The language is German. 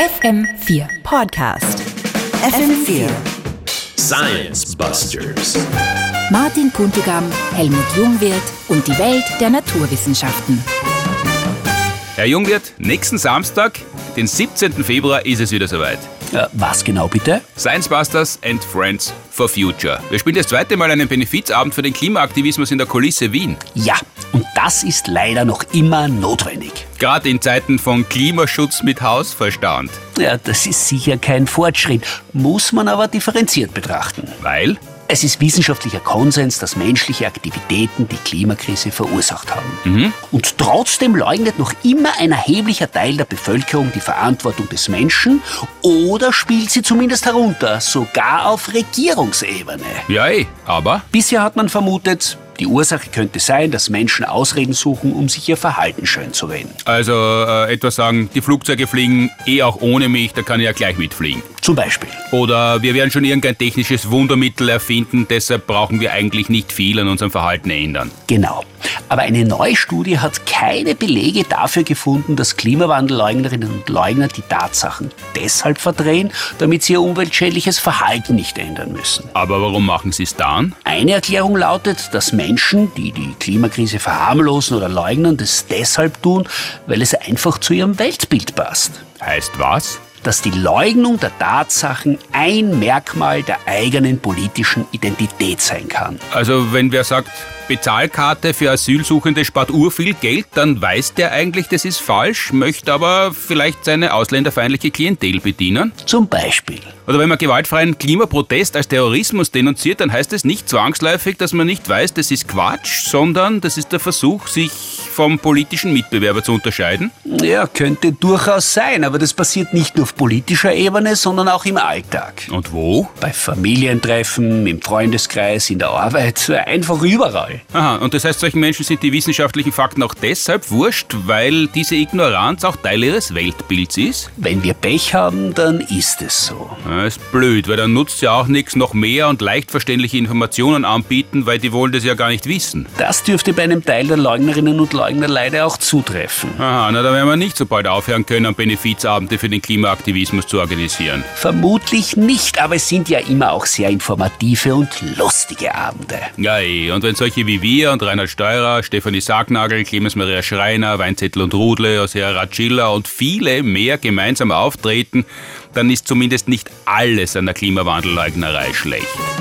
FM4 Podcast. FM4. Science Busters. Martin Puntigam, Helmut Jungwirth und die Welt der Naturwissenschaften. Herr Jungwirth, nächsten Samstag, den 17. Februar, ist es wieder soweit. Äh, was genau bitte? Science Busters and Friends for Future. Wir spielen das zweite Mal einen Benefizabend für den Klimaaktivismus in der Kulisse Wien. Ja, und das ist leider noch immer notwendig. Gerade in Zeiten von Klimaschutz mit Hausverstand. Ja, das ist sicher kein Fortschritt, muss man aber differenziert betrachten. Weil? Es ist wissenschaftlicher Konsens, dass menschliche Aktivitäten die Klimakrise verursacht haben. Und trotzdem leugnet noch immer ein erheblicher Teil der Bevölkerung die Verantwortung des Menschen oder spielt sie zumindest herunter, sogar auf Regierungsebene. Ja, eh, aber? Bisher hat man vermutet, die Ursache könnte sein, dass Menschen Ausreden suchen, um sich ihr Verhalten schönzureden. Also äh, etwas sagen, die Flugzeuge fliegen eh auch ohne mich, da kann ich ja gleich mitfliegen. Zum Beispiel. Oder wir werden schon irgendein technisches Wundermittel erfinden, deshalb brauchen wir eigentlich nicht viel an unserem Verhalten ändern. Genau. Aber eine neue Studie hat keine Belege dafür gefunden, dass Klimawandelleugnerinnen und Leugner die Tatsachen deshalb verdrehen, damit sie ihr umweltschädliches Verhalten nicht ändern müssen. Aber warum machen sie es dann? Eine Erklärung lautet, dass Menschen, die die Klimakrise verharmlosen oder leugnen, das deshalb tun, weil es einfach zu ihrem Weltbild passt. Heißt was? Dass die Leugnung der Tatsachen ein Merkmal der eigenen politischen Identität sein kann. Also wenn wer sagt, Bezahlkarte für Asylsuchende spart urviel Geld, dann weiß der eigentlich, das ist falsch, möchte aber vielleicht seine ausländerfeindliche Klientel bedienen. Zum Beispiel. Oder wenn man gewaltfreien Klimaprotest als Terrorismus denunziert, dann heißt es nicht zwangsläufig, dass man nicht weiß, das ist Quatsch, sondern das ist der Versuch, sich vom politischen Mitbewerber zu unterscheiden. Ja, könnte durchaus sein, aber das passiert nicht nur auf politischer Ebene, sondern auch im Alltag. Und wo? Bei Familientreffen, im Freundeskreis, in der Arbeit, einfach überall. Aha, und das heißt, solchen Menschen sind die wissenschaftlichen Fakten auch deshalb wurscht, weil diese Ignoranz auch Teil ihres Weltbilds ist. Wenn wir Pech haben, dann ist es so. Ja, ist blöd, weil dann nutzt ja auch nichts noch mehr und leicht verständliche Informationen anbieten, weil die wollen das ja gar nicht wissen. Das dürfte bei einem Teil der Leugnerinnen und Leugner leider auch zutreffen. Aha, na, da werden wir nicht so bald aufhören können, um Benefizabende für den Klimaaktivismus zu organisieren. Vermutlich nicht, aber es sind ja immer auch sehr informative und lustige Abende. Ja, eh. und wenn solche wie wir und Reinhard Steurer, Stefanie Sargnagel, Clemens Maria Schreiner, Weinzettel und Rudle, Osea Racilla und viele mehr gemeinsam auftreten, dann ist zumindest nicht alles an der Klimawandelleugnerei schlecht.